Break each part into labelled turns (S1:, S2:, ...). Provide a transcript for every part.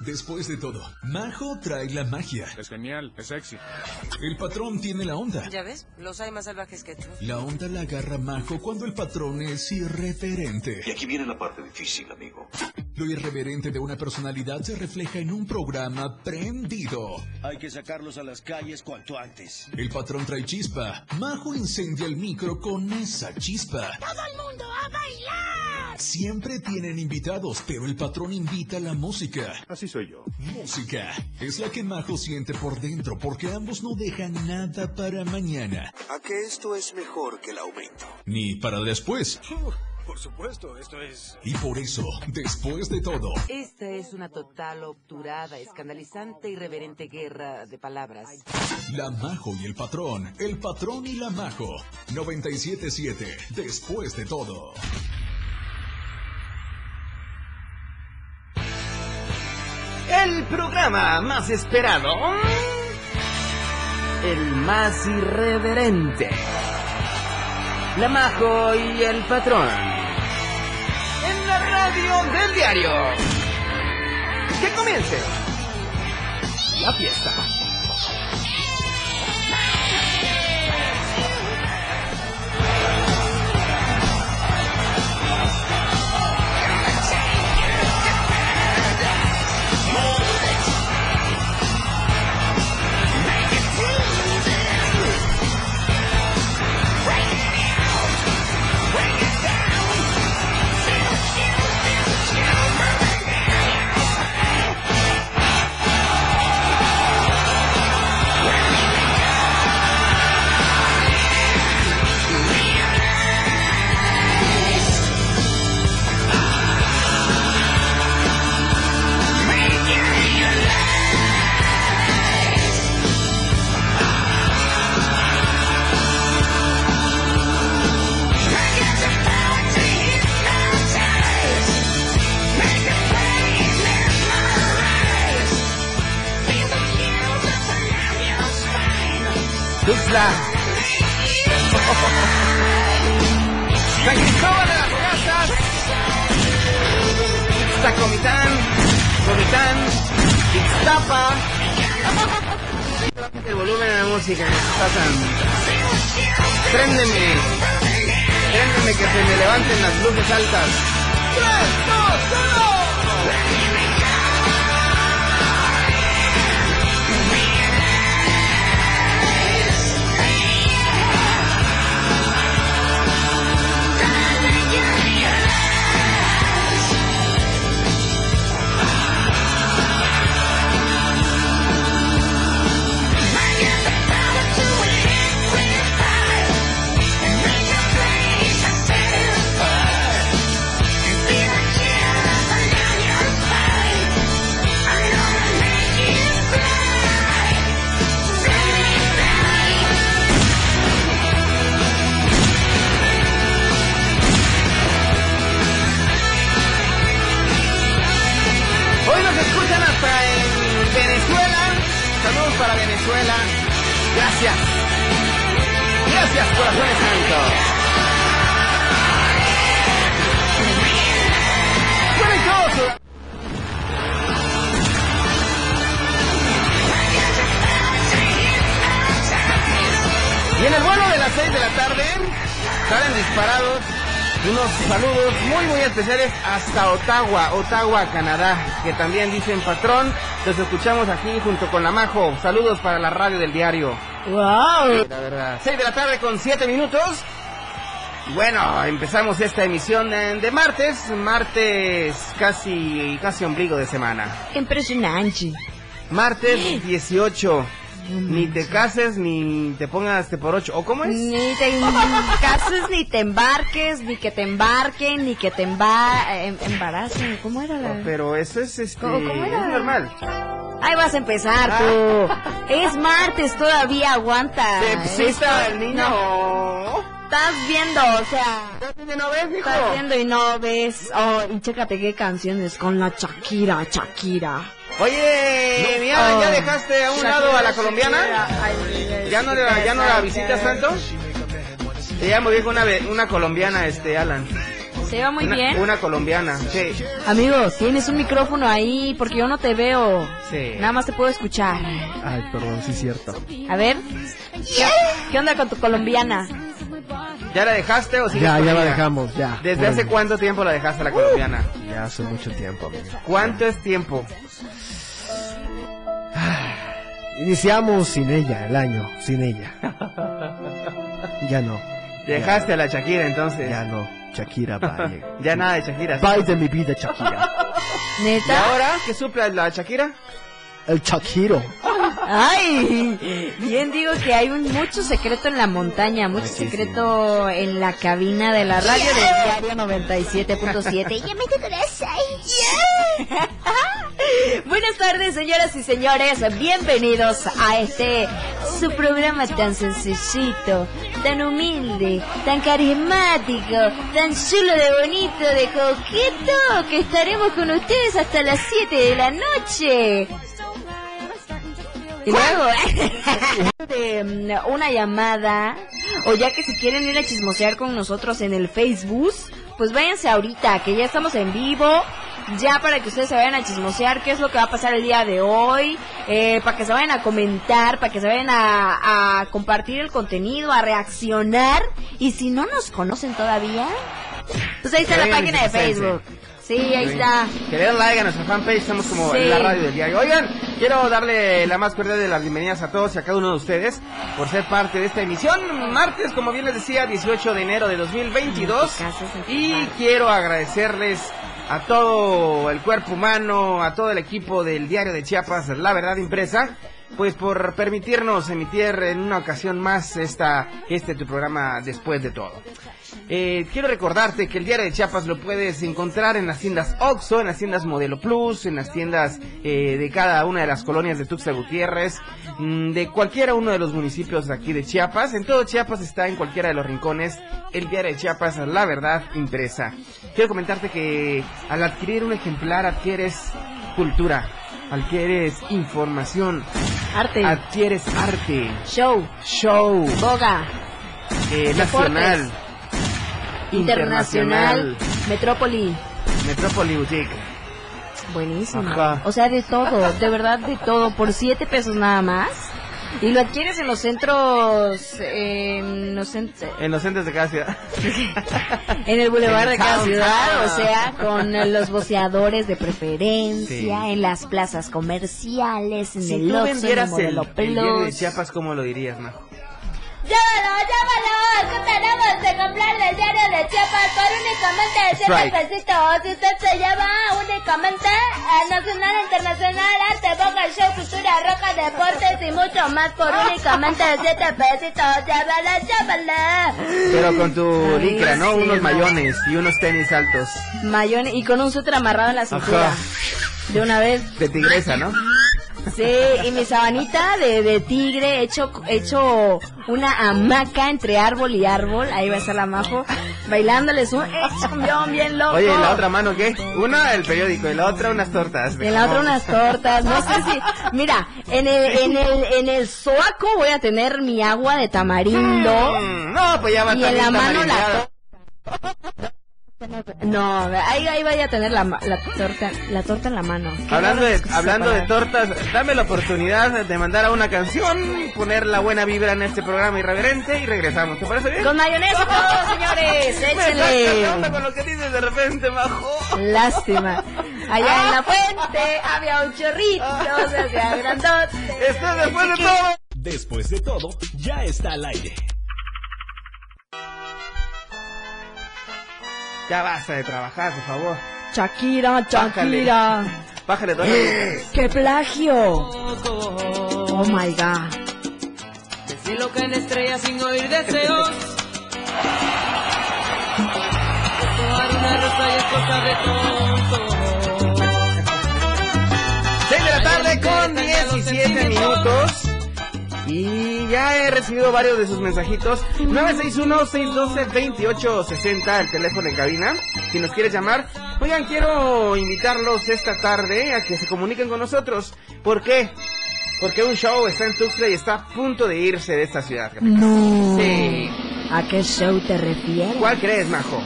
S1: Después de todo, Majo trae la magia.
S2: Es genial, es sexy.
S1: El patrón tiene la onda.
S3: Ya ves, los hay más salvajes que tú.
S1: La onda la agarra Majo cuando el patrón es irreverente.
S4: Y aquí viene la parte difícil, amigo.
S1: Lo irreverente de una personalidad se refleja en un programa prendido.
S5: Hay que sacarlos a las calles cuanto antes.
S1: El patrón trae chispa. Majo incendia el micro con esa chispa.
S6: ¡Todo el mundo a bailar!
S1: Siempre tienen invitados, pero el patrón invita la música.
S2: Así soy yo.
S1: Música es la que Majo siente por dentro porque ambos no dejan nada para mañana.
S4: A que esto es mejor que el aumento.
S1: Ni para después.
S2: Uh. Por supuesto, esto es...
S1: Y por eso, después de todo...
S3: Esta es una total obturada, escandalizante, irreverente guerra de palabras.
S1: La Majo y el Patrón, el Patrón y la Majo. 97.7, después de todo.
S7: El programa más esperado. El más irreverente. La Majo y el Patrón en la radio del diario. Que comience la fiesta. Tuxla. San Cristóbal de las Casas. Zacomitán. Comitán. Ixtapa. El volumen de la música que pasan. Préndeme. Préndeme que se me levanten las luces altas. ¡Tres, dos, uno! para Venezuela. Gracias. Gracias, corazones santos. ¡Conectados! Y en el vuelo de las 6 de la tarde salen disparados unos saludos muy muy especiales hasta Ottawa, Ottawa, Canadá, que también dicen patrón, los escuchamos aquí junto con la Majo. Saludos para la radio del diario.
S3: ¡Wow!
S7: La verdad. 6 de la tarde con 7 minutos. Bueno, empezamos esta emisión de martes, martes casi casi ombligo de semana.
S3: Impresionante.
S7: Martes 18. Ni te cases, ni te pongas te por ocho. ¿O cómo es?
S6: Ni te cases, ni te embarques, ni que te embarquen, ni que te emba em embaracen. ¿Cómo era la.?
S7: No, pero eso es este.
S6: Ah. ¿Cómo, cómo era? Ah,
S7: Es normal.
S6: Ahí vas a empezar
S7: Ah.
S6: tú. Es martes, todavía aguanta.
S7: ¿Te
S6: Es-
S7: excita el niño?
S6: no. estás viendo, o sea,
S7: ¿No ves, mijo?
S6: estás viendo y no ves. Oh, y chécate qué canciones con la Shakira, Shakira.
S7: Oye, mi Alan, ¿ya
S6: Oh.
S7: dejaste a un lado a la
S6: Shakira,
S7: colombiana?
S6: Shakira, ay,
S7: ¿Ya no, la- ya no la visitas tanto?
S6: Sí,
S7: Te llamo viejo una, ve- una colombiana, este, Alan.
S6: Se va muy
S7: Una-
S6: bien.
S7: Una colombiana, sí.
S6: Amigo, tienes un micrófono ahí porque yo no te veo.
S7: Sí.
S6: Nada más te puedo escuchar.
S8: Ay, perdón, sí es cierto.
S6: A ver, ¿qué, qué onda con tu colombiana?
S7: ¿Ya la dejaste o sigues
S8: Ya,
S7: con
S8: ya la
S7: ella?
S8: dejamos, ya.
S7: ¿Desde hace
S8: Órale.
S7: cuánto tiempo la dejaste a la colombiana?
S8: Ya hace mucho tiempo, amigo.
S7: ¿Cuánto es tiempo?
S8: Iniciamos sin ella el año, sin ella. Ya no,
S7: Dejaste a la Shakira entonces.
S8: ya no. Shakira, bye.
S7: Ya nada de Shakira.
S8: Bye de mi vida, Shakira.
S7: ¿Y
S6: ¿Neta?
S7: ahora qué supla la Shakira?
S8: El Shakiro.
S6: Ay, bien digo que hay un mucho secreto en la montaña, mucho secreto en la cabina de la radio de Diario 97.7. Ya me conoces. Buenas tardes, señoras y señores. Bienvenidos a este su programa tan sencillito, tan humilde, tan carismático, tan chulo de bonito, de coqueto, que estaremos con ustedes hasta las 7 de la noche. Y luego, de, mm, una llamada, o ya que si quieren ir a chismosear con nosotros en el Facebook, pues váyanse ahorita, que ya estamos en vivo, ya para que ustedes se vayan a chismosear qué es lo que va a pasar el día de hoy, eh, para que se vayan a comentar, para que se vayan a, a compartir el contenido, a reaccionar, y si no nos conocen todavía, pues ahí está
S7: Que
S6: la
S7: vengan y
S6: página de
S7: chismosense.
S6: Facebook. Sí, ahí está.
S7: Que le den like a nuestra fanpage, estamos como
S6: Sí.
S7: en la radio del diario. Oigan, quiero darle la más cordial de las bienvenidas a todos y a cada uno de ustedes por ser parte de esta emisión. Martes, como bien les decía, 18 de enero de 2022.
S6: Te casas en tu
S7: Y
S6: casa.
S7: quiero agradecerles a todo el cuerpo humano, a todo el equipo del diario de Chiapas, La Verdad Impresa. Pues por permitirnos emitir en una ocasión más esta, este tu programa después de todo. Eh, quiero recordarte que el diario de Chiapas lo puedes encontrar en las tiendas Oxxo, en las tiendas Modelo Plus, en las tiendas eh, de cada una de las colonias de Tuxtla Gutiérrez, mm, de cualquiera uno de los municipios de aquí de Chiapas. En todo Chiapas está en cualquiera de los rincones el diario de Chiapas, la verdad impresa. Quiero comentarte que al adquirir un ejemplar adquieres cultura, adquieres información,
S6: Arte,
S7: adquieres arte,
S6: show,
S7: show
S6: boga.
S7: eh, nacional,
S6: Internacional,
S7: internacional.
S6: Metrópoli.
S7: Metrópoli Boutique.
S6: Buenísimo.
S7: Ajá.
S6: O sea, de todo, de verdad de todo, por 7 pesos nada más. Y lo adquieres en los centros, eh, en, los cent-
S7: En los centros de cada ciudad.
S6: en el bulevar de cada
S7: Downtown.
S6: ciudad, o sea, con eh, los voceadores de preferencia,
S7: Sí.
S6: en las plazas comerciales, en
S7: Si
S6: el
S7: tú
S6: Oxxo, en el
S7: vendieras el,
S6: Modelo
S7: el diario de
S6: Plus.
S7: Chiapas, ¿cómo lo dirías, Majo?
S9: Llámalo, llámalo, que tenemos de comprar el diario de Chiapas por únicamente 7
S7: Strike.
S9: pesitos. Si usted se lleva únicamente eh, nacional, internacional, arte, boca, show, cultura, roca, deportes y mucho más por únicamente 7 pesitos. Llámalo, llámalo.
S7: Pero con tu
S6: Ay,
S7: licra, ¿no?
S6: sí,
S7: unos
S6: no.
S7: mayones y unos tenis altos.
S6: Mayone- y con un suéter amarrado en la cintura.
S7: Ajá.
S6: De una vez.
S7: De tigresa, ¿no?
S6: Sí, y mi sabanita de, de tigre, hecho, hecho una hamaca entre árbol y árbol, ahí va a estar la majo, bailándoles un champión bien loco.
S7: Oye, ¿y la otra mano qué? Una, el periódico, y la otra, unas tortas.
S6: Y en la otra unas tortas, no sé si... Mira, en el, en el, en el soaco voy a tener mi agua de tamarindo.
S7: Mm, No, pues ya va
S6: Y en la
S7: también
S6: mano la
S7: tamarindeada.
S6: No, ahí, ahí vaya a tener la, ma- la torta, la torta en la mano. Qué
S7: Hablando
S6: raras
S7: de,
S6: cosas
S7: hablando de
S6: separadas.
S7: tortas, dame la oportunidad de mandar a una canción, poner la buena vibra en este programa irreverente y regresamos. ¿Te parece bien?
S6: Con mayonesa todos, señores,
S7: Me sacas de
S6: échenle.
S7: onda con lo que dices de repente, Majo.
S6: Lástima. Allá
S7: Ah.
S6: en la fuente había un chorrito, o sea, grandote.
S7: Estás Ah. Eh, después de todo.
S1: Después de todo, ya está al aire.
S7: Ya basta de trabajar, por favor.
S6: Shakira, Shakira.
S7: Bájale dos. revoluciones.
S6: ¡Qué plagio! Oh my god.
S7: Seis de la tarde con 17 minutos. Y ya he recibido varios de sus mensajitos. 961-612-2860, el teléfono en cabina. Si nos quieres llamar, oigan, quiero invitarlos esta tarde a que se comuniquen con nosotros. ¿Por qué? Porque un show está en Tuxtla y está a punto de irse de esta ciudad. Capitán.
S6: No.
S7: Sí.
S6: ¿A qué show te refieres?
S7: ¿Cuál crees, Majo?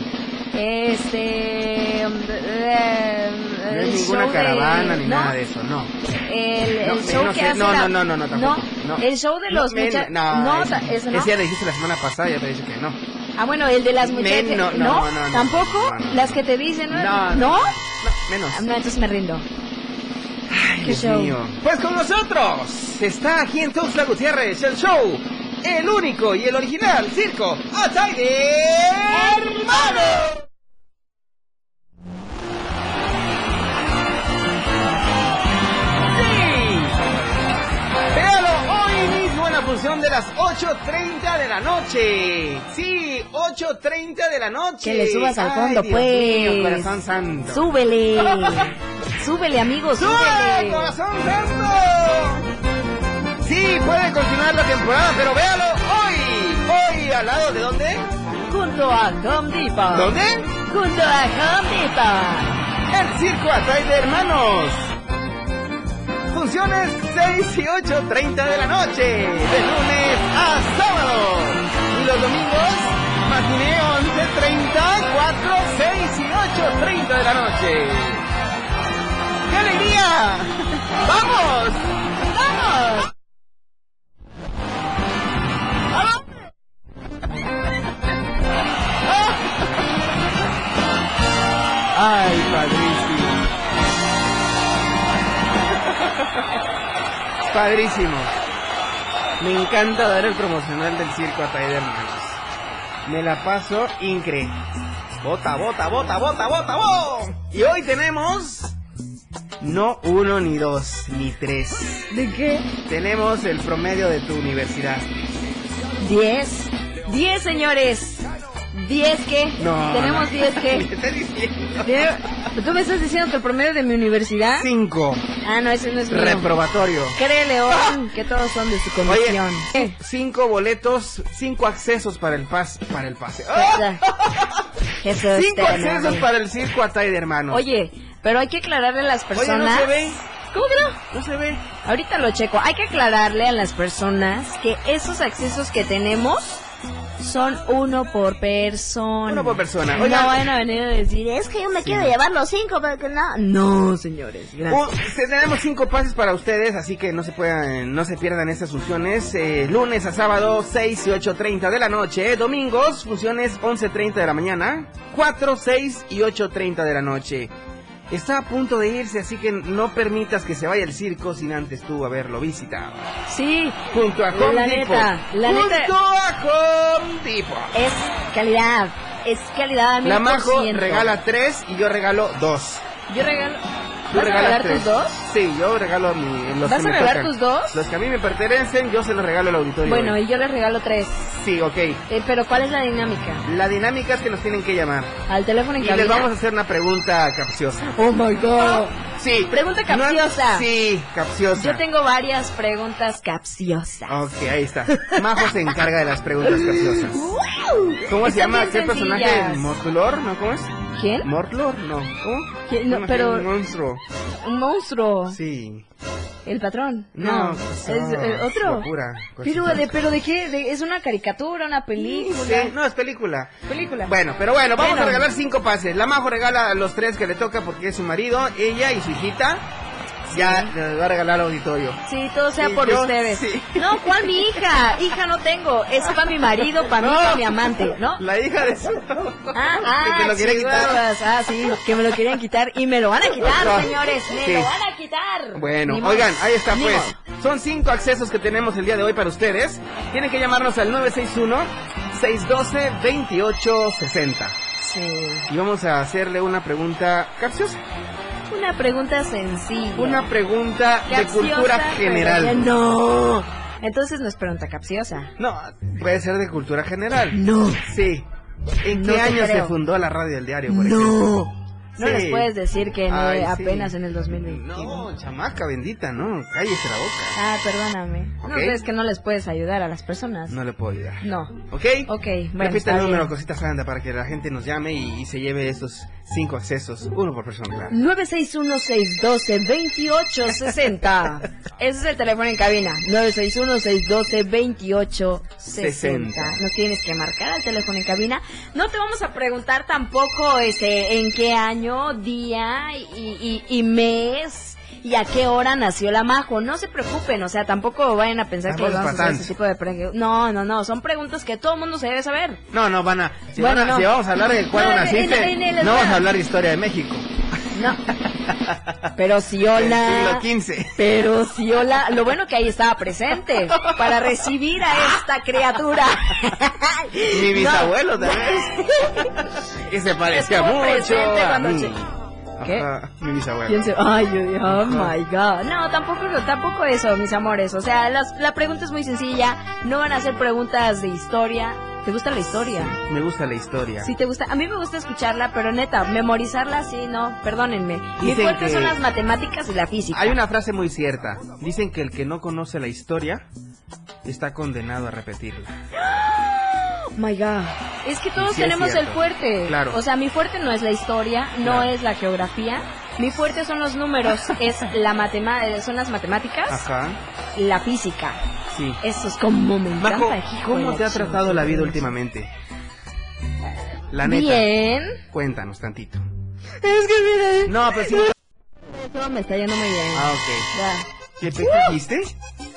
S6: Este. mm, eh,
S7: No
S6: el
S7: es
S6: show
S7: ninguna
S6: de-
S7: caravana ni
S6: ¿no?
S7: nada de eso, no.
S6: El,
S7: No,
S6: el show
S7: no
S6: que
S7: sé,
S6: hace
S7: no,
S6: la-
S7: no, no, no, tampoco, no.
S6: El show de los
S7: men-
S6: muchachos.
S7: No,
S6: No,
S7: ese,
S6: ese no.
S7: ese ya le dijiste la semana pasada, ya te dije que no.
S6: Ah, bueno, el de las
S7: Men- no,
S6: muchachas.
S7: no, no, no, no,
S6: ¿Tampoco?
S7: no, no.
S6: Las que te dicen, ¿no?
S7: No, no.
S6: ¿No?
S7: Menos.
S6: Ah, no, entonces me rindo.
S7: Ay,
S6: ¿Qué
S7: Dios
S6: show?
S7: mío. Pues con nosotros está aquí en Tuxtla Gutiérrez el show, el único y el original circo Ataide Hermano. Sí. Véalo hoy mismo en la función de las 8.30 de la noche. Sí, 8.30 de la noche.
S6: Que le subas al
S7: Ay,
S6: fondo,
S7: Dios
S6: pues.
S7: mío, corazón santo.
S6: Súbele. súbele, amigo,
S7: ¡Sube,
S6: súbele.
S7: corazón santo! Sí, puede continuar la temporada, pero véalo hoy. Hoy, ¿al lado de dónde?
S6: Junto a Home Depot.
S7: ¿Dónde?
S6: Junto a Home Depot.
S7: El Circo Atay de Hermanos. Funciones 6 y 8.30 de la noche, de lunes a sábado. Y los domingos, matiné 11.30, 4, 6 y 8.30 de la noche. ¡Qué alegría! ¡Vamos! ¡Vamos! ¡Ay, padrísimo! Padrísimo. Me encanta dar el promocional del circo a de Hermanos. Me la paso increíble. Bota, bota, bota, bota, bota, bota. Y hoy tenemos... No uno, ni dos, ni tres.
S6: ¿De qué?
S7: Tenemos el promedio de tu universidad.
S6: Diez. Diez, señores. Diez que.
S7: No.
S6: Tenemos diez
S7: ¿Qué
S6: que.
S7: te estoy diciendo?
S6: Tiene- ¿Tú me estás diciendo que el promedio de mi universidad?
S7: Cinco.
S6: Ah, no, ese no es mío.
S7: Reprobatorio.
S6: Créele, Oren, que todos son de su
S7: Oye, eh,
S6: comisión.
S7: cinco boletos, cinco accesos para el pas, para el pase.
S6: Eso- Eso es
S7: Cinco
S6: terrible.
S7: accesos para el circo Atay de hermanos.
S6: este Oye, pero hay que aclararle a las
S7: Oye, no
S6: personas.
S7: se ve,
S6: ¿Cómo que no?
S7: no se ve.
S6: Ahorita lo checo. Hay que aclararle a las personas que esos accesos que tenemos son uno por persona.
S7: Uno por persona.
S6: no
S7: Oigan.
S6: van a venir a decir, es que yo me quiero llevar los cinco, pero que no. No, señores, gracias.
S7: Un- se- Oh, este, tenemos cinco pases para ustedes, así que no se puedan, no se pierdan estas funciones. eh, lunes a sábado, 6 y 8.30 de la noche. eh, domingos, funciones 11.30 de la mañana. 4, 6 y 8.30 de la noche. Está a punto de irse, así que no permitas que se vaya el circo sin antes tú haberlo visitado.
S6: Sí,
S7: Junto a
S6: La
S7: Home Depot.
S6: neta, la
S7: Junto
S6: neta.
S7: a Home Depot.
S6: es calidad. Es calidad al
S7: La
S6: 1000%.
S7: Majo regala tres y yo regalo dos.
S6: Yo regalo.
S7: Tú
S6: ¿Vas a
S7: regalas
S6: regalar
S7: tres.
S6: tus dos?
S7: Sí, yo regalo mi, los
S6: ¿Vas
S7: que
S6: a
S7: me
S6: regalar
S7: tocan.
S6: tus dos?
S7: Los que a mí me pertenecen, yo se los regalo al auditorio.
S6: Bueno,
S7: hoy.
S6: y yo les regalo tres.
S7: Sí, ok.
S6: Eh, pero ¿cuál es la dinámica?
S7: La dinámica es que nos tienen que llamar.
S6: Al teléfono en
S7: Y les
S6: cabina.
S7: vamos a hacer una pregunta capciosa.
S6: Oh my god.
S7: Sí.
S6: Pregunta
S7: No-
S6: capciosa.
S7: sí, capciosa.
S6: Yo tengo varias preguntas capciosas.
S7: Ok, ahí está. Majo se encarga de las preguntas capciosas.
S6: ¡Wow!
S7: ¿Cómo se
S6: Están
S7: llama
S6: bien
S7: aquel personaje?
S6: sencillas.
S7: ¿Mortlor? ¿No? ¿Cómo es?
S6: ¿Quién?
S7: ¿Mortlor? No. ¿Cómo?
S6: ¿Quién? No,
S7: Un-
S6: pero-
S7: Un monstruo.
S6: Un monstruo.
S7: Sí.
S6: ¿El patrón?
S7: No,
S6: ¿Es
S7: pues,
S6: eh,
S7: no,
S6: otro?
S7: locura, pues,
S6: pero,
S7: sí.
S6: de, ¿Pero de qué? De- ¿Es una caricatura, una película?
S7: Sí, no, es película.
S6: ¿Película?
S7: Bueno, pero bueno, vamos
S6: Bueno.
S7: a regalar cinco pases. La Majo regala a los tres que le toca porque es su marido, ella y su hijita. Ya les va a regalar al auditorio.
S6: Sí, todo sea
S7: Sí,
S6: por
S7: yo
S6: ustedes.
S7: sí.
S6: No, ¿cuál mi hija? Hija no tengo. Es para mi marido, para mí, para mi amante, ¿no?
S7: La hija de su...
S6: Ah, ah,
S7: que lo quiere quitar.
S6: chihuahuas. Ah, sí, que me lo querían quitar y me lo van a quitar,
S7: No.
S6: señores. Me
S7: Sí.
S6: lo van a quitar.
S7: Bueno,
S6: Ni modo.
S7: oigan, ahí está
S6: Ni
S7: pues.
S6: modo.
S7: Son cinco accesos que tenemos el día de hoy para ustedes. Tienen que llamarnos al 961-612-2860.
S6: Sí.
S7: Y vamos a hacerle una pregunta capciosa.
S6: Una pregunta sencilla.
S7: Una pregunta de
S6: Capciosa,
S7: cultura
S6: pero ya
S7: general.
S6: No. Entonces no es pregunta capciosa.
S7: No, puede ser de cultura general.
S6: No.
S7: Sí. ¿En
S6: No
S7: qué
S6: te
S7: año se
S6: creo.
S7: fundó la radio del diario, por ejemplo?
S6: No. No les puedes decir que no,
S7: Ay,
S6: apenas
S7: sí.
S6: en el 2021.
S7: No, chamaca bendita, no. Cállese la boca.
S6: Ah, perdóname. No,
S7: Ok.
S6: pero es que no les puedes ayudar a las personas.
S7: No le puedo ayudar.
S6: No.
S7: ¿Ok?
S6: Ok, bueno,
S7: Repite
S6: está
S7: el número,
S6: bien.
S7: cosita santa, para que la gente nos llame y, y se lleve estos cinco accesos. Uno por persona, claro.
S6: 961-612-2860. Ese es el teléfono en cabina. 961-612-2860.
S7: 60.
S6: No tienes que marcar al teléfono en cabina. No te vamos a preguntar tampoco este, en qué año, día y, y- y mes. ¿Y a qué hora nació la Majo? No se preocupen, o sea, tampoco vayan a pensar que
S7: Tampoco
S6: les vamos a hacer
S7: patán.
S6: ese tipo de preguntas. No, no, no, son preguntas que todo el mundo se debe saber.
S7: No, no, van a. Si,
S6: Bueno,
S7: van a-
S6: no.
S7: si vamos a hablar de cuándo
S6: No, en-
S7: naciste,
S6: en- en el-
S7: no vamos a hablar de historia de México.
S6: No. Pero si hola.
S7: Del siglo XV.
S6: Pero si hola. Lo bueno que ahí estaba presente para recibir a esta criatura.
S7: Mi bisabuelo también. que se parecía
S6: Estuvo
S7: mucho.
S6: presente
S7: a
S6: cuando
S7: mí.
S6: che- ¿Qué?
S7: Ajá, mi bisabuelo.
S6: ¿Quién se- Ay, yo dije, oh my god. No, tampoco, tampoco eso, mis amores. O sea, las- la pregunta es muy sencilla. No van a hacer preguntas de historia. ¿Te gusta la historia?
S7: Me gusta la historia.
S6: Sí, te gusta. A mí me gusta escucharla, pero neta, memorizarla sí, no, perdónenme. Mi
S7: Dicen
S6: fuerte
S7: que-
S6: son las matemáticas y la física.
S7: Hay una frase muy cierta. Dicen que el que no conoce la historia está condenado a repetirla.
S6: Oh My God. Es que todos
S7: Sí, es
S6: tenemos el
S7: cierto.
S6: fuerte.
S7: Claro.
S6: O sea, mi fuerte no es la historia, no
S7: Claro.
S6: es la geografía. Mi fuerte son los números, es la matema eh, son las matemáticas,
S7: Ajá.
S6: la física.
S7: Sí.
S6: Eso es como me encanta.
S7: Majo,
S6: hijo de
S7: ¿cómo
S6: la
S7: te ha tratado la vida
S6: chingada.
S7: últimamente? La neta.
S6: Bien.
S7: Cuéntanos tantito.
S6: Es que mira, eh.
S7: No, pero sí.
S6: todo me está yendo muy bien.
S7: Ah, ok.
S6: Ya.
S7: ¿Qué te dijiste?
S6: ¿Qué?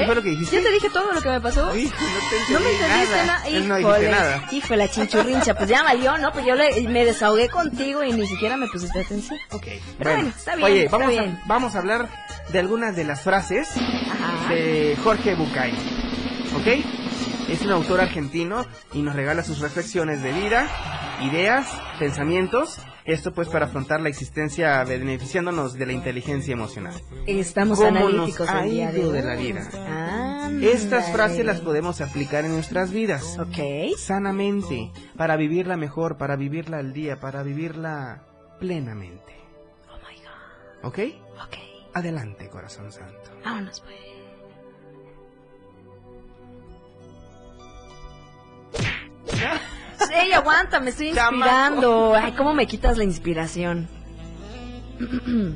S7: ¿Qué fue lo que dijiste?
S6: Ya te dije todo lo que me pasó.
S7: Hijo,
S6: No
S7: no
S6: me
S7: te
S6: entendiste
S7: entendí
S6: nada.
S7: nada. Él
S6: Híjole,
S7: No dijiste nada.
S6: híjole, chinchurrincha. Pues ya valió, ¿no? Pues yo le- me desahogué contigo y ni siquiera me pusiste atención.
S7: Ok.
S6: Pero bueno, está bien,
S7: Oye,
S6: está
S7: vamos,
S6: bien.
S7: A, vamos a hablar de algunas de las frases
S6: Ajá.
S7: de Jorge Bucay. ¿Ok? Es un autor argentino y nos regala sus reflexiones de vida, ideas, pensamientos. Esto pues para afrontar la existencia beneficiándonos de la inteligencia emocional.
S6: Estamos
S7: ¿Cómo
S6: analíticos
S7: nos ha
S6: el día de
S7: ido
S6: hoy.
S7: de la vida?
S6: Ándale.
S7: Estas frases las podemos aplicar en nuestras vidas.
S6: Ok.
S7: Sanamente, para vivirla mejor, para vivirla al día, para vivirla plenamente.
S6: Oh my god.
S7: ¿Ok?
S6: Ok.
S7: Adelante, corazón santo.
S6: Vámonos pues. Ey, aguanta, me estoy
S7: Chamaco.
S6: inspirando. Ay, cómo me quitas la inspiración.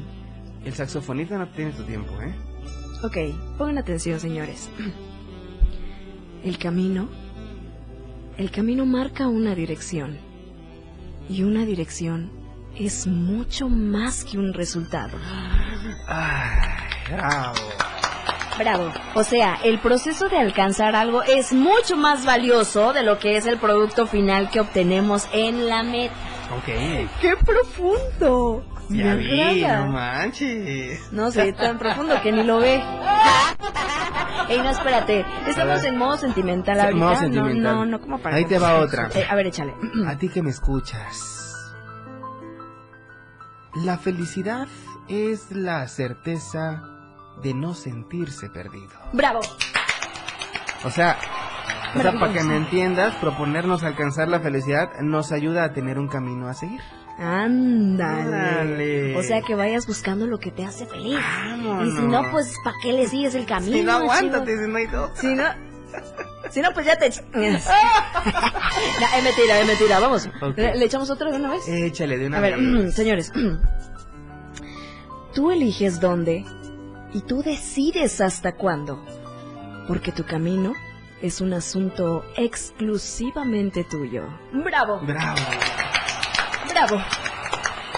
S7: El saxofonista no tiene tu tiempo, ¿eh?
S6: Ok, pongan atención, señores. El camino. El camino marca una dirección. Y una dirección es mucho más que un resultado.
S7: Ay, bravo.
S6: Bravo. O sea, el proceso de alcanzar algo es mucho más valioso de lo que es el producto final que obtenemos en la meta.
S7: Ok.
S6: ¡Qué profundo!
S7: Ya
S6: Me
S7: vi,
S6: agrada.
S7: no manches.
S6: No sé, tan profundo que ni lo ve. Ey, no, espérate. Estamos en modo sentimental ahorita.
S7: Modo
S6: No,
S7: sentimental.
S6: No, no, como para...
S7: Ahí te va otra.
S6: Eh, a ver, échale.
S7: A ti que me escuchas. La felicidad es la certeza de no sentirse perdido.
S6: Bravo.
S7: O sea, o sea, para que
S6: Maravilloso.
S7: me entiendas, proponernos alcanzar la felicidad nos ayuda a tener un camino a seguir.
S6: Ándale.
S7: Órale. Ah,
S6: O sea, que vayas buscando lo que te hace feliz.
S7: Vámonos.
S6: Y si no, pues, ¿para qué le sigues el camino?
S7: Si no,
S6: chico?
S7: aguántate, si no hay dos.
S6: Si no... Si no, pues ya te... ch- no, es mentira, es mentira. Vamos.
S7: Ok.
S6: ¿Le, le echamos otra de una vez?
S7: Échale de una
S6: A ver,
S7: vez.
S6: señores, tú eliges dónde y tú decides hasta cuándo, porque tu camino es un asunto exclusivamente tuyo. Bravo,
S7: Bravo.
S6: bravo.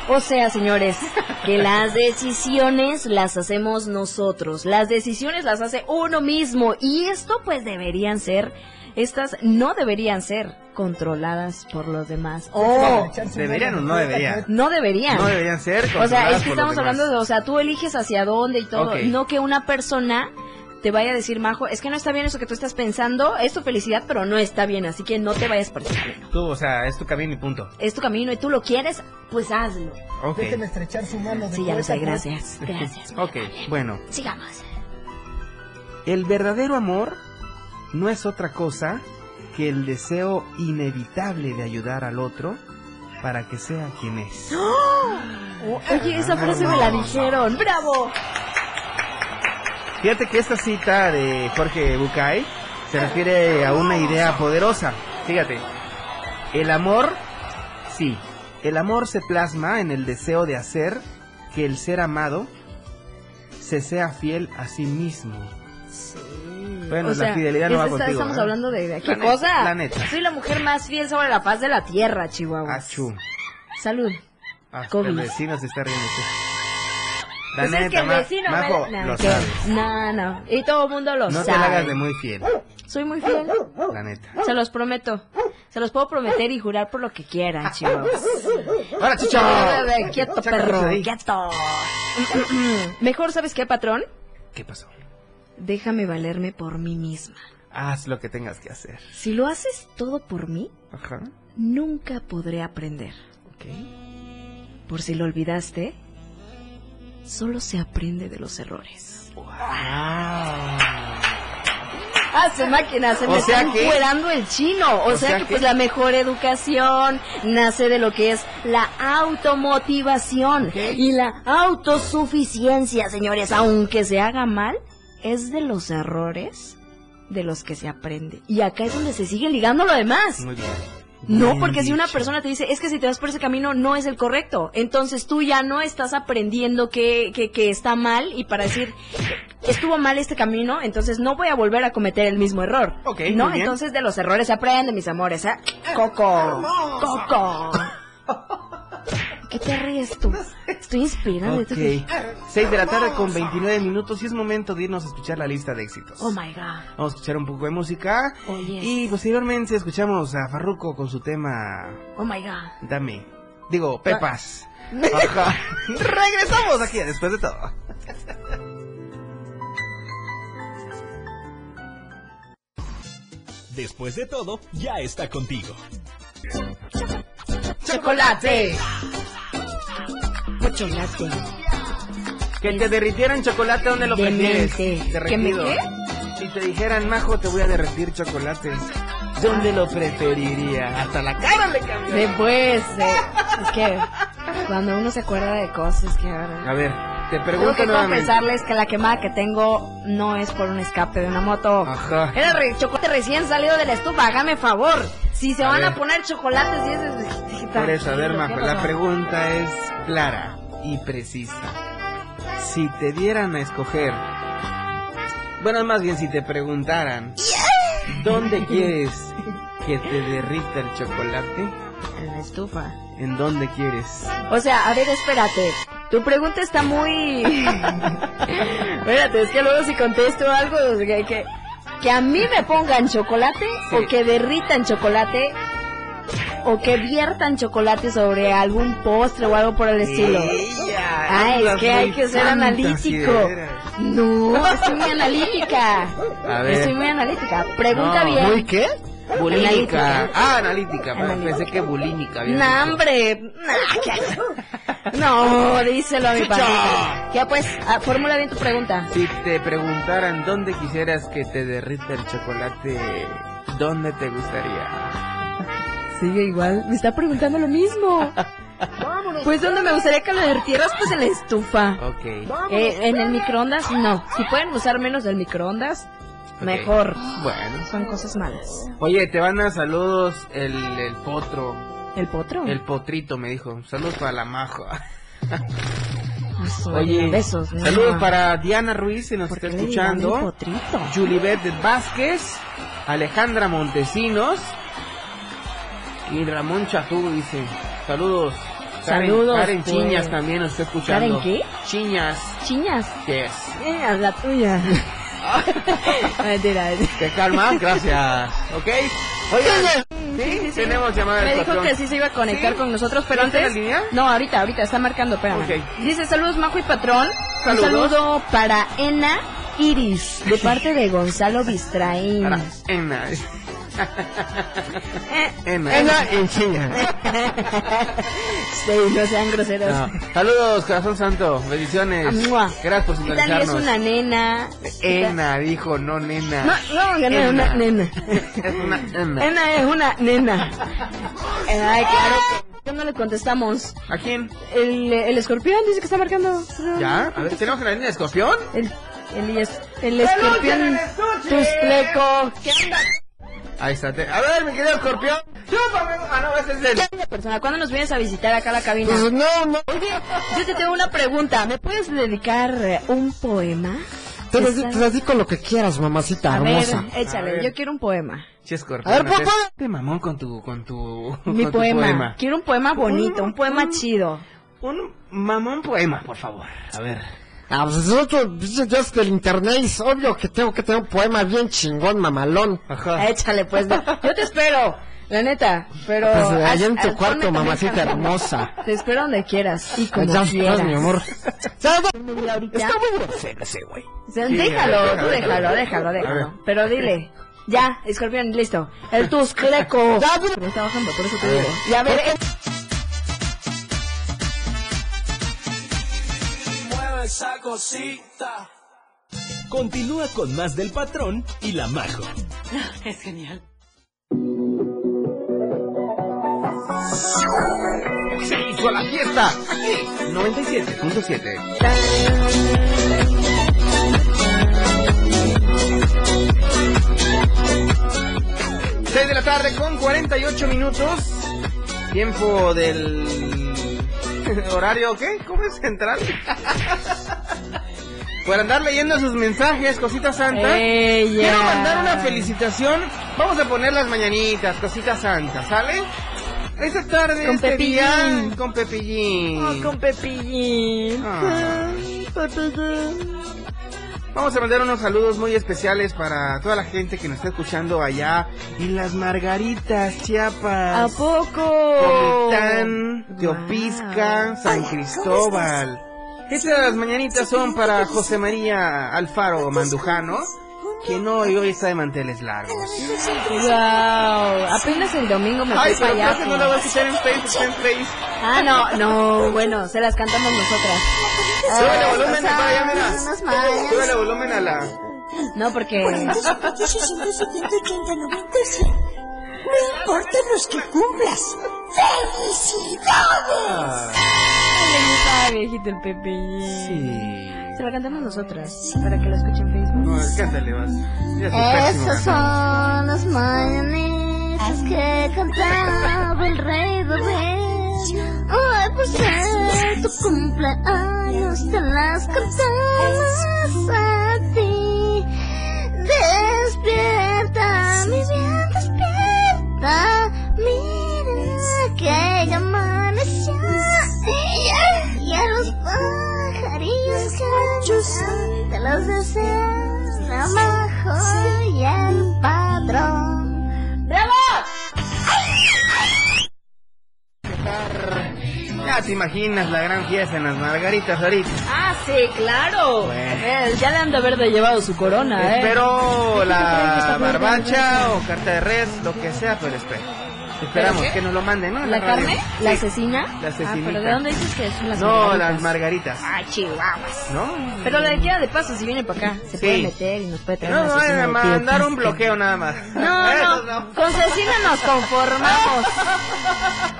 S6: O sea, señores, que las decisiones las hacemos nosotros, las decisiones las hace uno mismo y esto pues deberían ser, estas no deberían ser controladas por los demás. Oh,
S7: ¿Deberían o no deberían?
S6: no deberían.
S7: No deberían ser.
S6: O
S7: controladas
S6: sea, es que
S7: por los
S6: estamos hablando de,
S7: demás.
S6: o sea, tú eliges hacia dónde y todo,
S7: Ok.
S6: no que una persona te vaya a decir, Majo, es que no está bien eso que tú estás pensando, es tu felicidad, pero no está bien, así que no te vayas por ese camino.
S7: Tú, o sea, es tu camino y punto.
S6: Es tu camino y tú lo quieres, pues hazlo.
S7: Ok.
S8: estrechar su mano.
S6: Sí, ya lo sé, gracias. Gracias.
S7: Ok, bueno.
S6: Sigamos.
S7: El verdadero amor no es otra cosa que el deseo inevitable de ayudar al otro para que sea quien es.
S6: Oh, Oye, esa frase me la dijeron. ¡Bravo!
S7: Fíjate que esta cita de Jorge Bucay se refiere a una idea poderosa. Fíjate, el amor, sí, el amor se plasma en el deseo de hacer que el ser amado se sea fiel a sí mismo.
S6: Sí.
S7: Bueno,
S6: O
S7: la
S6: sea,
S7: fidelidad no va
S6: esta-
S7: contigo.
S6: Estamos
S7: ¿eh?
S6: hablando de, de- qué
S7: La neta,
S6: cosa.
S7: la neta.
S6: Soy la mujer más fiel sobre la faz de la tierra, Chihuahua.
S7: Achú.
S6: Salud.
S7: Hasta
S6: COVID.
S7: Ah, el vecino se está riendo. sí. La
S6: Pues
S7: neta,
S6: es que el
S7: Ma-
S6: vecino me-
S7: Majo,
S6: Nah,
S7: lo
S6: que-
S7: sabes.
S6: nah, no. Y todo el mundo lo
S7: No te
S6: sabe.
S7: la hagas de muy fiel,
S6: Soy muy fiel.
S7: la neta.
S6: Se los prometo. Se los puedo prometer y jurar por lo que quieran, chihuahuas.
S7: ¡Ahora, chicho!
S6: Eh, eh, eh, Quieto,
S7: Chaca,
S6: perro.
S7: ahí.
S6: Quieto. Mejor, ¿sabes qué, patrón?
S7: ¿Qué pasó?
S6: Déjame valerme por mí misma.
S7: Haz lo que tengas que hacer.
S6: Si lo haces todo por mí,
S7: Ajá.
S6: nunca podré aprender.
S7: Ok.
S6: Por si lo olvidaste, solo se aprende de los errores. Hace máquina, Ah, se
S7: O
S6: me
S7: sea
S6: está
S7: que-
S6: encuerando el chino. O, sea, que, pues la mejor educación nace de lo que es la automotivación y la autosuficiencia, señores. Aunque se haga mal, es de los errores de los que se aprende. Y acá es donde se sigue ligando lo demás.
S7: Muy bien.
S6: No,
S7: Bien
S6: porque si una
S7: dicho.
S6: persona te dice, es que si te vas por ese camino no es el correcto, entonces tú ya no estás aprendiendo que, que, que está mal y para decir, estuvo mal este camino, entonces no voy a volver a cometer el mismo error.
S7: Ok,
S6: No,
S7: muy bien.
S6: entonces de los errores se aprende, mis amores. ¿ah? Coco. Coco. ¿Qué te ríes tú? Estoy inspirada de
S7: Ok. 6 de la tarde con 29 minutos y es momento de irnos a escuchar la lista de éxitos.
S6: Oh my god.
S7: Vamos a escuchar un poco de música.
S6: Oh, yes.
S7: Y posteriormente escuchamos a Farruko con su tema
S6: Oh my god.
S7: Dame. Digo, Pepas.
S6: Ah.
S7: Ajá. Regresamos aquí después de todo.
S1: Después de todo, ya está contigo.
S6: Chocolate. Chocolate.
S7: Que te derritieran chocolate, ¿dónde lo prefieres?
S6: Demente.
S7: Derretido.
S6: ¿Que me
S7: Si te dijeran, Majo, te voy a derretir chocolate. ¿Dónde lo preferiría? Hasta la cara le cambió.
S6: Después, eh, es que cuando uno se acuerda de cosas que
S7: A
S6: ahora...
S7: ver, te
S6: Tengo
S7: pregunto
S6: que
S7: nuevamente.
S6: confesarles que la quemada que tengo no es por un escape de una moto.
S7: Ajá.
S6: Era re- chocolate recién salido de la estufa, hágame favor. Si se
S7: A
S6: van
S7: ver.
S6: a poner chocolates y es...
S7: Por eso, a ver,
S6: ¿Qué
S7: Majo, la
S6: pasó?
S7: pregunta es clara y precisa. Si te dieran a escoger, bueno, más bien si te preguntaran, ¿dónde quieres que te derrita el chocolate?
S6: En la estufa.
S7: ¿En dónde quieres?
S6: O sea, a ver, espérate. Tu pregunta está muy... espérate, es que luego si contesto algo, o sea, que, que, que a mí me pongan chocolate
S7: Sí.
S6: o que derritan chocolate o que viertan chocolate sobre algún postre o algo por el estilo.
S7: Ella,
S6: Ay, es
S7: andas
S6: que hay
S7: muy
S6: que ser
S7: santa, si
S6: analítico.
S7: de veras.
S6: No, estoy muy analítica.
S7: A ver.
S6: Estoy muy analítica. Pregunta
S7: No,
S6: bien.
S7: ¿muy
S6: qué?
S7: Bulímica. Ah, analítica. pero
S6: Analítica.
S7: Pensé que bulímica. había
S6: No,
S7: dicho.
S6: hombre. Nah, ¿qué? No, díselo a mi padre. Ya pues, ah, formula bien tu pregunta.
S7: Si te preguntaran dónde quisieras que te derrita el chocolate, ¿dónde te gustaría?
S6: Sigue igual, me está preguntando lo mismo. Pues donde me gustaría que lo derritieras, pues en la estufa.
S7: Ok.
S6: Eh, en el microondas, no. Si pueden usar menos del microondas,
S7: Ok.
S6: mejor.
S7: Bueno.
S6: Son cosas malas.
S7: Oye, te van a saludos el, el potro.
S6: ¿El potro?
S7: El potrito me dijo. Saludos para la majo.
S6: Oso,
S7: Oye,
S6: besos. no.
S7: saludos para Diana Ruiz, si nos
S6: ¿Por
S7: está
S6: qué le dirán el
S7: escuchando.
S6: potrito?
S7: Julibet Vázquez, Alejandra Montesinos y Ramón Chatú dice, saludos. Karen-
S6: Saludos,
S7: Karen
S6: pues.
S7: Chiñas también nos está escuchando.
S6: ¿Karen qué?
S7: Chiñas.
S6: Chiñas.
S7: Yes.
S6: Eh, a la tuya. Mentira.
S7: Te calma, gracias. ¿Ok? Oigan, ¿sí? tenemos llamada
S6: Me
S7: del
S6: dijo
S7: patrón.
S6: que sí se iba a conectar
S7: ¿Sí?
S6: con nosotros, pero
S7: ¿Ya está en
S6: antes.
S7: la línea?
S6: No, ahorita, ahorita, está marcando, espérame.
S7: Ok.
S6: Dice: Saludos, Majo y Patrón.
S7: Saludos.
S6: Un saludo para Ena Iris, de parte de Gonzalo Bistraín.
S7: Para Ena.
S6: Eh,
S7: Ena. Ena en Chiñas.
S6: sí, no sean groseros.
S7: No. Saludos, Corazón Santo. Bendiciones.
S6: Amua.
S7: Gracias por
S6: Y también es
S7: sintonizarnos.
S6: una nena.
S7: Ena, dijo, no nena.
S6: No, no, que no es una nena.
S7: es una nena.
S6: Ena es una nena. Eh, Ay, claro que qué no le contestamos?
S7: ¿A quién?
S6: El, el escorpión dice que está marcando.
S7: ¿Ya? A ver, ¿tenemos la línea de escorpión?
S6: El, el, es- el escorpión Tuscleco. ¿Qué onda?
S7: Ahí está. te- A ver, mi querido escorpión. ¡Chúpame! Ah, no, ese es el...
S6: ¿Qué onda, persona? ¿Cuándo nos vienes a visitar acá a la cabina?
S7: Pues no, no.
S6: Oye, yo te tengo una pregunta. ¿Me puedes dedicar eh, un poema?
S8: Te,
S6: Está-
S8: ded- te dedico lo que quieras, mamacita
S6: A ver,
S8: hermosa.
S7: A
S6: échale.
S7: ver.
S6: Yo quiero un poema.
S7: Sí, escorpión.
S8: A ver,
S7: entonces,
S8: papá.
S7: Te mamón con tu... con tu...
S6: Mi
S7: con tu
S6: poema. Quiero un poema bonito, un poema
S8: Mm.
S6: chido.
S7: Un mamón poema, por favor. A ver.
S8: Ah, pues es otro pinche dios del internet. Es obvio que tengo que tener un poema bien chingón, mamalón.
S7: Ajá.
S6: Échale, pues. va. Yo te espero, la neta. Pero.
S8: Pues allá en
S6: haz-
S8: tu
S6: haz- ponme
S8: cuarto,
S6: también
S8: mamacita
S6: canción.
S8: hermosa. Pues,
S6: Te espero donde quieras y como
S8: ya
S6: quieras.
S8: estás, mi amor. Ya, va.
S6: Mira, ahorita-
S8: Está muy grosero ese güey.
S6: O sea,
S7: Sí, a
S6: déjalo,
S7: ver,
S6: tú
S7: déjalo,
S6: déjalo,
S7: a ver.
S6: déjalo,
S7: A ver.
S6: déjalo. Pero dile. Ya, escorpión, listo. El tuscleco. Ya, pero me está bajando, por eso te digo. Y a ver, eh,
S10: Continúa con más del patrón y la majo.
S3: Es genial.
S7: ¡Se hizo la fiesta! Aquí, 97.7. Seis de la tarde con 48 minutos. Tiempo del... ¿Horario qué? ¿Cómo es central? Por andar leyendo sus mensajes, cosita santa.
S6: Ella.
S7: Quiero mandar una felicitación. Vamos a poner las mañanitas, cositas santas, ¿sale? Esta tarde,
S6: Con
S7: este día,
S6: Pepillín.
S7: con Pepillín.
S6: Oh, con Pepillín.
S7: Ah. Vamos a mandar unos saludos muy especiales para toda la gente que nos está escuchando allá en las Margaritas,
S6: ¿A
S7: Chiapas,
S6: poco?
S7: Comitán, Teopisca, San Cristóbal. Estas mañanitas son para José María Alfaro Mandujano, quien hoy, hoy está de manteles largos.
S6: Wow. Apenas el domingo me
S7: Ay,
S6: fui
S7: pero creo
S6: para allá.
S7: que no la voy a escuchar en Facebook, está en Facebook.
S6: Ah, no, no, bueno, se las cantamos nosotras.
S7: Súbele volumen,
S6: Ay,
S7: vaya, mira.
S6: unas malas.
S7: Súbele volumen a la...
S6: No, porque... Le gustaba viejito el Pepe. Se la cantamos nosotras para que la escuchen en Facebook.
S7: No, cántale, vas. Ya es tu próximo.
S9: son las mañanitas que cantaba el rey bebé. Hoy pues es tu cumpleaños, te las cantamos a ti. Despierta, mi bien, despierta. Mira que ya amaneció. Y ya los pajarillos cantan, te los desean la majo y el patrón. ¡Bravo!
S7: Ya te imaginas la gran fiesta en las margaritas ahorita.
S6: Ah, sí, claro.
S7: Bueno.
S6: Eh, Ya le han de haber de llevado su corona, ¿eh?
S7: Espero la barbacha o carta de red, lo que sea, pero espero. Esperamos
S6: qué?
S7: que nos lo manden, ¿no? En
S6: ¿La
S7: radio.
S6: carne? ¿La asesina?
S7: la
S6: Ah,
S7: asesinita.
S6: pero ¿de dónde dices que son las
S7: No,
S6: margaritas?
S7: las margaritas.
S6: Ah, chihuahuas.
S7: ¿No?
S6: Pero la que queda de paso, si viene para acá,
S7: Sí.
S6: se puede meter y nos puede traer
S7: No,
S6: una
S7: no,
S6: asesina
S7: a
S6: de tío
S7: mandar un
S6: Quispe.
S7: bloqueo nada más.
S6: No,
S7: Eso
S6: no, con Cecina nos conformamos.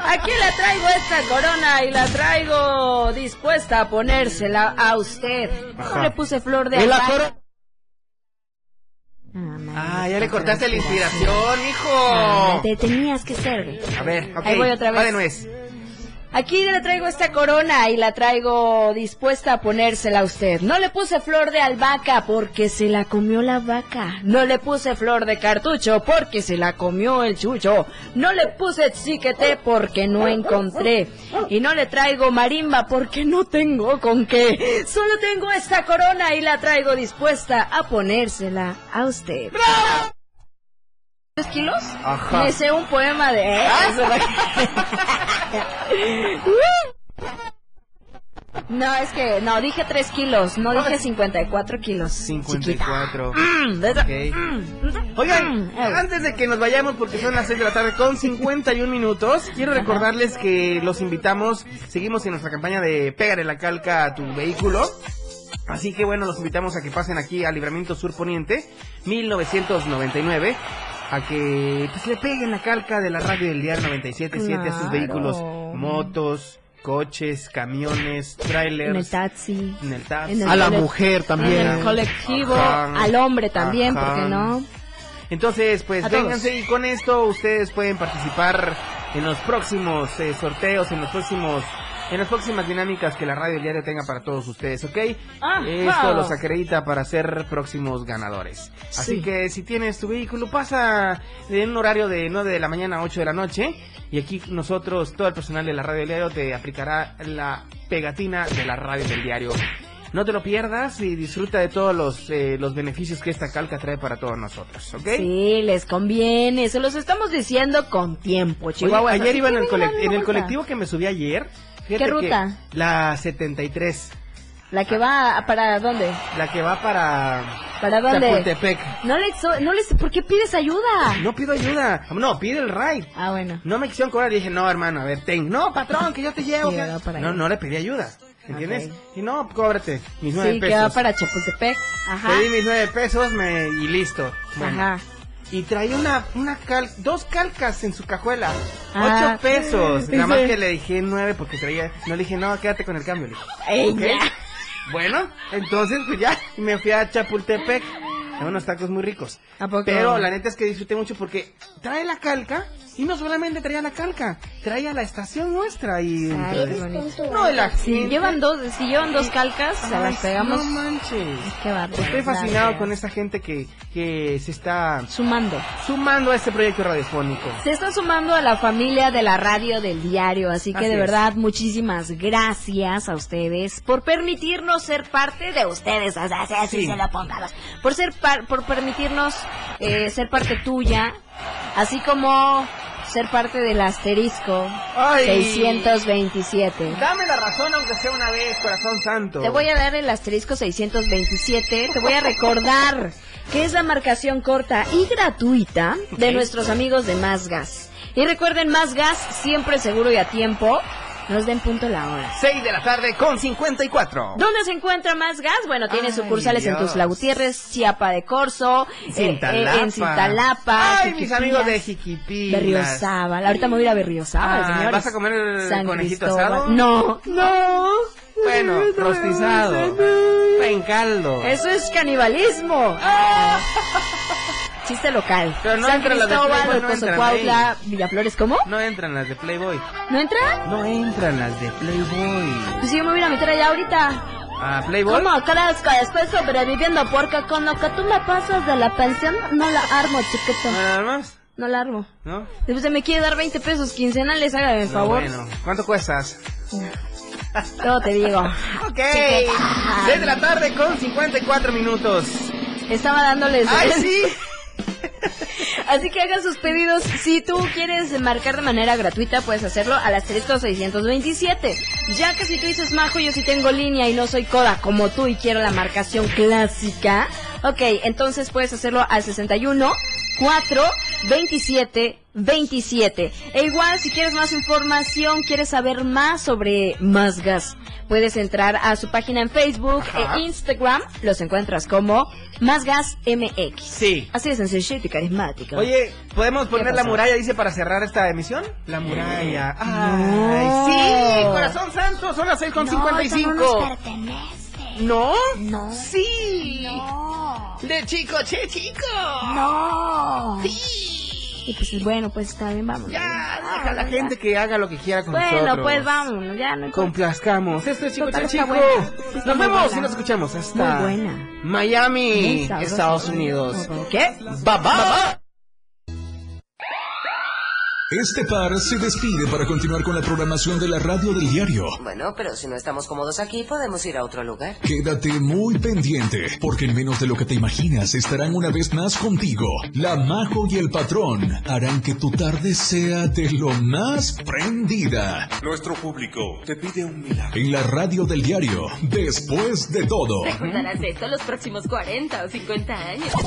S6: Aquí la traigo esta corona y la traigo dispuesta a ponérsela a usted.
S7: Ajá.
S6: No le puse flor de
S7: ¿Y la
S6: albahaca.
S7: coro-
S6: Ah, madre,
S7: Ah, ya le cortaste la
S6: inspiración.
S7: inspiración,
S6: Ah,
S7: hijo.
S6: Te tenías que ser.
S7: A ver, ok.
S6: Ahí voy otra vez.
S7: Va de nuez.
S6: Aquí le traigo esta corona y la traigo dispuesta a ponérsela a usted. No le puse flor de albahaca porque se la comió la vaca. No le puse flor de cartucho porque se la comió el chucho. No le puse chiquete porque no encontré. Y no le traigo marimba porque no tengo con qué. Solo tengo esta corona y la traigo dispuesta a ponérsela a usted. ¿Dos kilos?
S7: Ajá.
S6: Me sé un poema de... ¿eh? No, es que, no, dije 3 kilos, no dije 54 kilos. chiquita.
S7: 54.
S6: Mm, de Mm, eh, esa-
S7: Ok. Oigan, antes de que nos vayamos, porque son las 6 de la tarde con 51 minutos, quiero recordarles que los invitamos, seguimos en nuestra campaña de Pégale la calca a tu vehículo. Así que bueno, los invitamos a que pasen aquí a Libramiento Sur Poniente, 1999, a que pues, le peguen la calca de la radio del diario 97.7 a sus
S6: Claro.
S7: vehículos. motos, coches, camiones, trailers.
S6: En el taxi.
S7: En el taxi.
S11: En el a la mujer también.
S6: En el colectivo, ajá, al hombre también, ajá. porque no?
S7: Entonces, pues vénganse y con esto ustedes pueden participar en los próximos eh, sorteos, en los próximos en las próximas dinámicas que la radio diario tenga para todos ustedes, ¿ok? Ah, Esto wow. los acredita para ser próximos ganadores. Sí. Así que si tienes tu vehículo, pasa en un horario de 9 de la mañana a 8 de la noche. Y aquí nosotros, todo el personal de la radio diario, te aplicará la pegatina de la radio del diario. No te lo pierdas y disfruta de todos los, eh, los beneficios que esta calca trae para todos nosotros, ¿ok?
S6: Sí, les conviene, se los estamos diciendo con tiempo, Chihuahua.
S7: Oye, ayer iba en el, en el colectivo que me subí ayer,
S6: ¿Qué ruta?
S7: La 73.
S6: ¿La que va a, para dónde?
S7: La que va para...
S6: ¿Para dónde?
S7: Chapultepec.
S6: No les, no les, ¿Por qué pides ayuda?
S7: No pido ayuda. No, pide el ride.
S6: Ah, bueno.
S7: No me quisieron cobrar. Dije, no, hermano, a ver, ten. No, patrón, que yo te llevo. no, ahí. no le pedí ayuda. ¿Entiendes? Okay. Y no, cóbrate mis nueve
S6: sí,
S7: pesos.
S6: Sí, que va para Chapultepec. Ajá.
S7: Pedí mis nueve pesos me, y listo. Bueno. Ajá y traía una, una cal, dos calcas en su cajuela. Ah, ocho pesos. Nada más que le dije nueve porque traía. No le dije, no, quédate con el cambio. Le
S6: dije, okay.
S7: Bueno, entonces pues ya me fui a Chapultepec. A unos tacos muy ricos.
S6: ¿A poco?
S7: Pero la neta es que disfruté mucho porque trae la calca y no solamente traía la calca, traía la estación nuestra y.
S6: Ay, no, la si llevan dos, si llevan dos calcas, Ay, se las pegamos.
S7: No manches.
S6: Qué barrio,
S7: Estoy fascinado con esta gente que, que se está
S6: sumando.
S7: Sumando a este proyecto radiofónico.
S6: Se están sumando a la familia de la radio del diario. Así que así de verdad, es. muchísimas gracias a ustedes por permitirnos ser parte de ustedes. O sea, así sí. se lo pongamos. Por ser par, por permitirnos eh, ser parte tuya. Así como ser parte del asterisco
S7: Ay,
S6: 627.
S7: Dame la razón aunque sea una vez, corazón santo.
S6: Te voy a dar el asterisco 627, te voy a recordar que es la marcación corta y gratuita de nuestros amigos de Más Gas. Y recuerden, Más Gas siempre seguro y a tiempo. Nos den punto la hora.
S7: 6 de la tarde con 54.
S6: ¿Dónde se encuentra más gas? Bueno, tiene Ay, sucursales Dios. en Tuzla Gutiérrez, Chiapa de Corso,
S7: Cintalapa.
S6: Eh, en Cintalapa.
S7: Ay, mis amigos de Jiquipí.
S6: Berriozábal. Ahorita me voy a ir a Berriozábal, ah, señores.
S7: ¿Vas a comer el San conejito Cristóbal. asado?
S6: No.
S7: No. Bueno, rostizado. En caldo.
S6: Eso es canibalismo. Ah chiste local.
S7: Pero no
S6: San
S7: entran Cristóbal, las de Playboy, no entran,
S6: Cuautla, Villaflores, ¿cómo?
S7: No entran las de Playboy.
S6: ¿No entran?
S7: No entran las de Playboy.
S6: Pues sí, yo me voy a meter allá ahorita.
S7: ¿A Playboy?
S6: ¿Cómo crees que estoy sobreviviendo? Porque con lo que tú me pasas de la pensión, no la armo, chiquito.
S7: ¿No la armas?
S6: No la armo.
S7: ¿No?
S6: Después se me quiere dar 20 pesos quincenales, hágame el no, favor. Bueno,
S7: ¿cuánto cuestas?
S6: Todo te digo.
S7: ok. Desde la tarde con 54 minutos.
S6: Estaba dándoles.
S7: ¡Ay, sí!
S6: Así que hagan sus pedidos. Si tú quieres marcar de manera gratuita, puedes hacerlo al asterisco 627. Ya que si tú dices, Majo, yo sí tengo línea y no soy coda como tú y quiero la marcación clásica. Ok, entonces puedes hacerlo al 61 4 27 27. E igual, si quieres más información, quieres saber más sobre Más Gas, puedes entrar a su página en Facebook Ajá. e Instagram. Los encuentras como Más Gas MX.
S7: Sí.
S6: Así de sencillito y carismático.
S7: Oye, ¿podemos poner la muralla, dice, para cerrar esta emisión? La muralla. Ay,
S6: no.
S7: sí, corazón santo, son las
S12: No,
S7: 6.55.
S12: no nos pertenece.
S7: ¿No?
S12: No.
S7: Sí.
S12: No.
S7: De chico, che, chico.
S12: No.
S7: Sí.
S6: Y pues bueno, pues está bien, vamos.
S7: Ya, deja a la gente que haga lo que quiera con
S6: bueno,
S7: nosotros.
S6: pues vámonos, ya no.
S7: Complazcamos. Esto es Chico
S6: Total,
S7: Chico.
S6: Buena.
S7: Nos vemos y nos escuchamos hasta
S6: Muy buena.
S7: Miami,
S6: Muy
S7: Estados Unidos.
S6: ¿Qué?
S7: Bye bye.
S1: Este par se despide para continuar con la programación de la radio del diario.
S3: Bueno, pero si no estamos cómodos aquí, podemos ir a otro lugar.
S1: Quédate muy pendiente, porque en menos de lo que te imaginas estarán una vez más contigo. La Majo y el Patrón harán que tu tarde sea de lo más prendida.
S13: Nuestro público te pide un milagro.
S1: En la radio del diario, después de todo.
S14: Recordarás esto los próximos 40 o 50 años.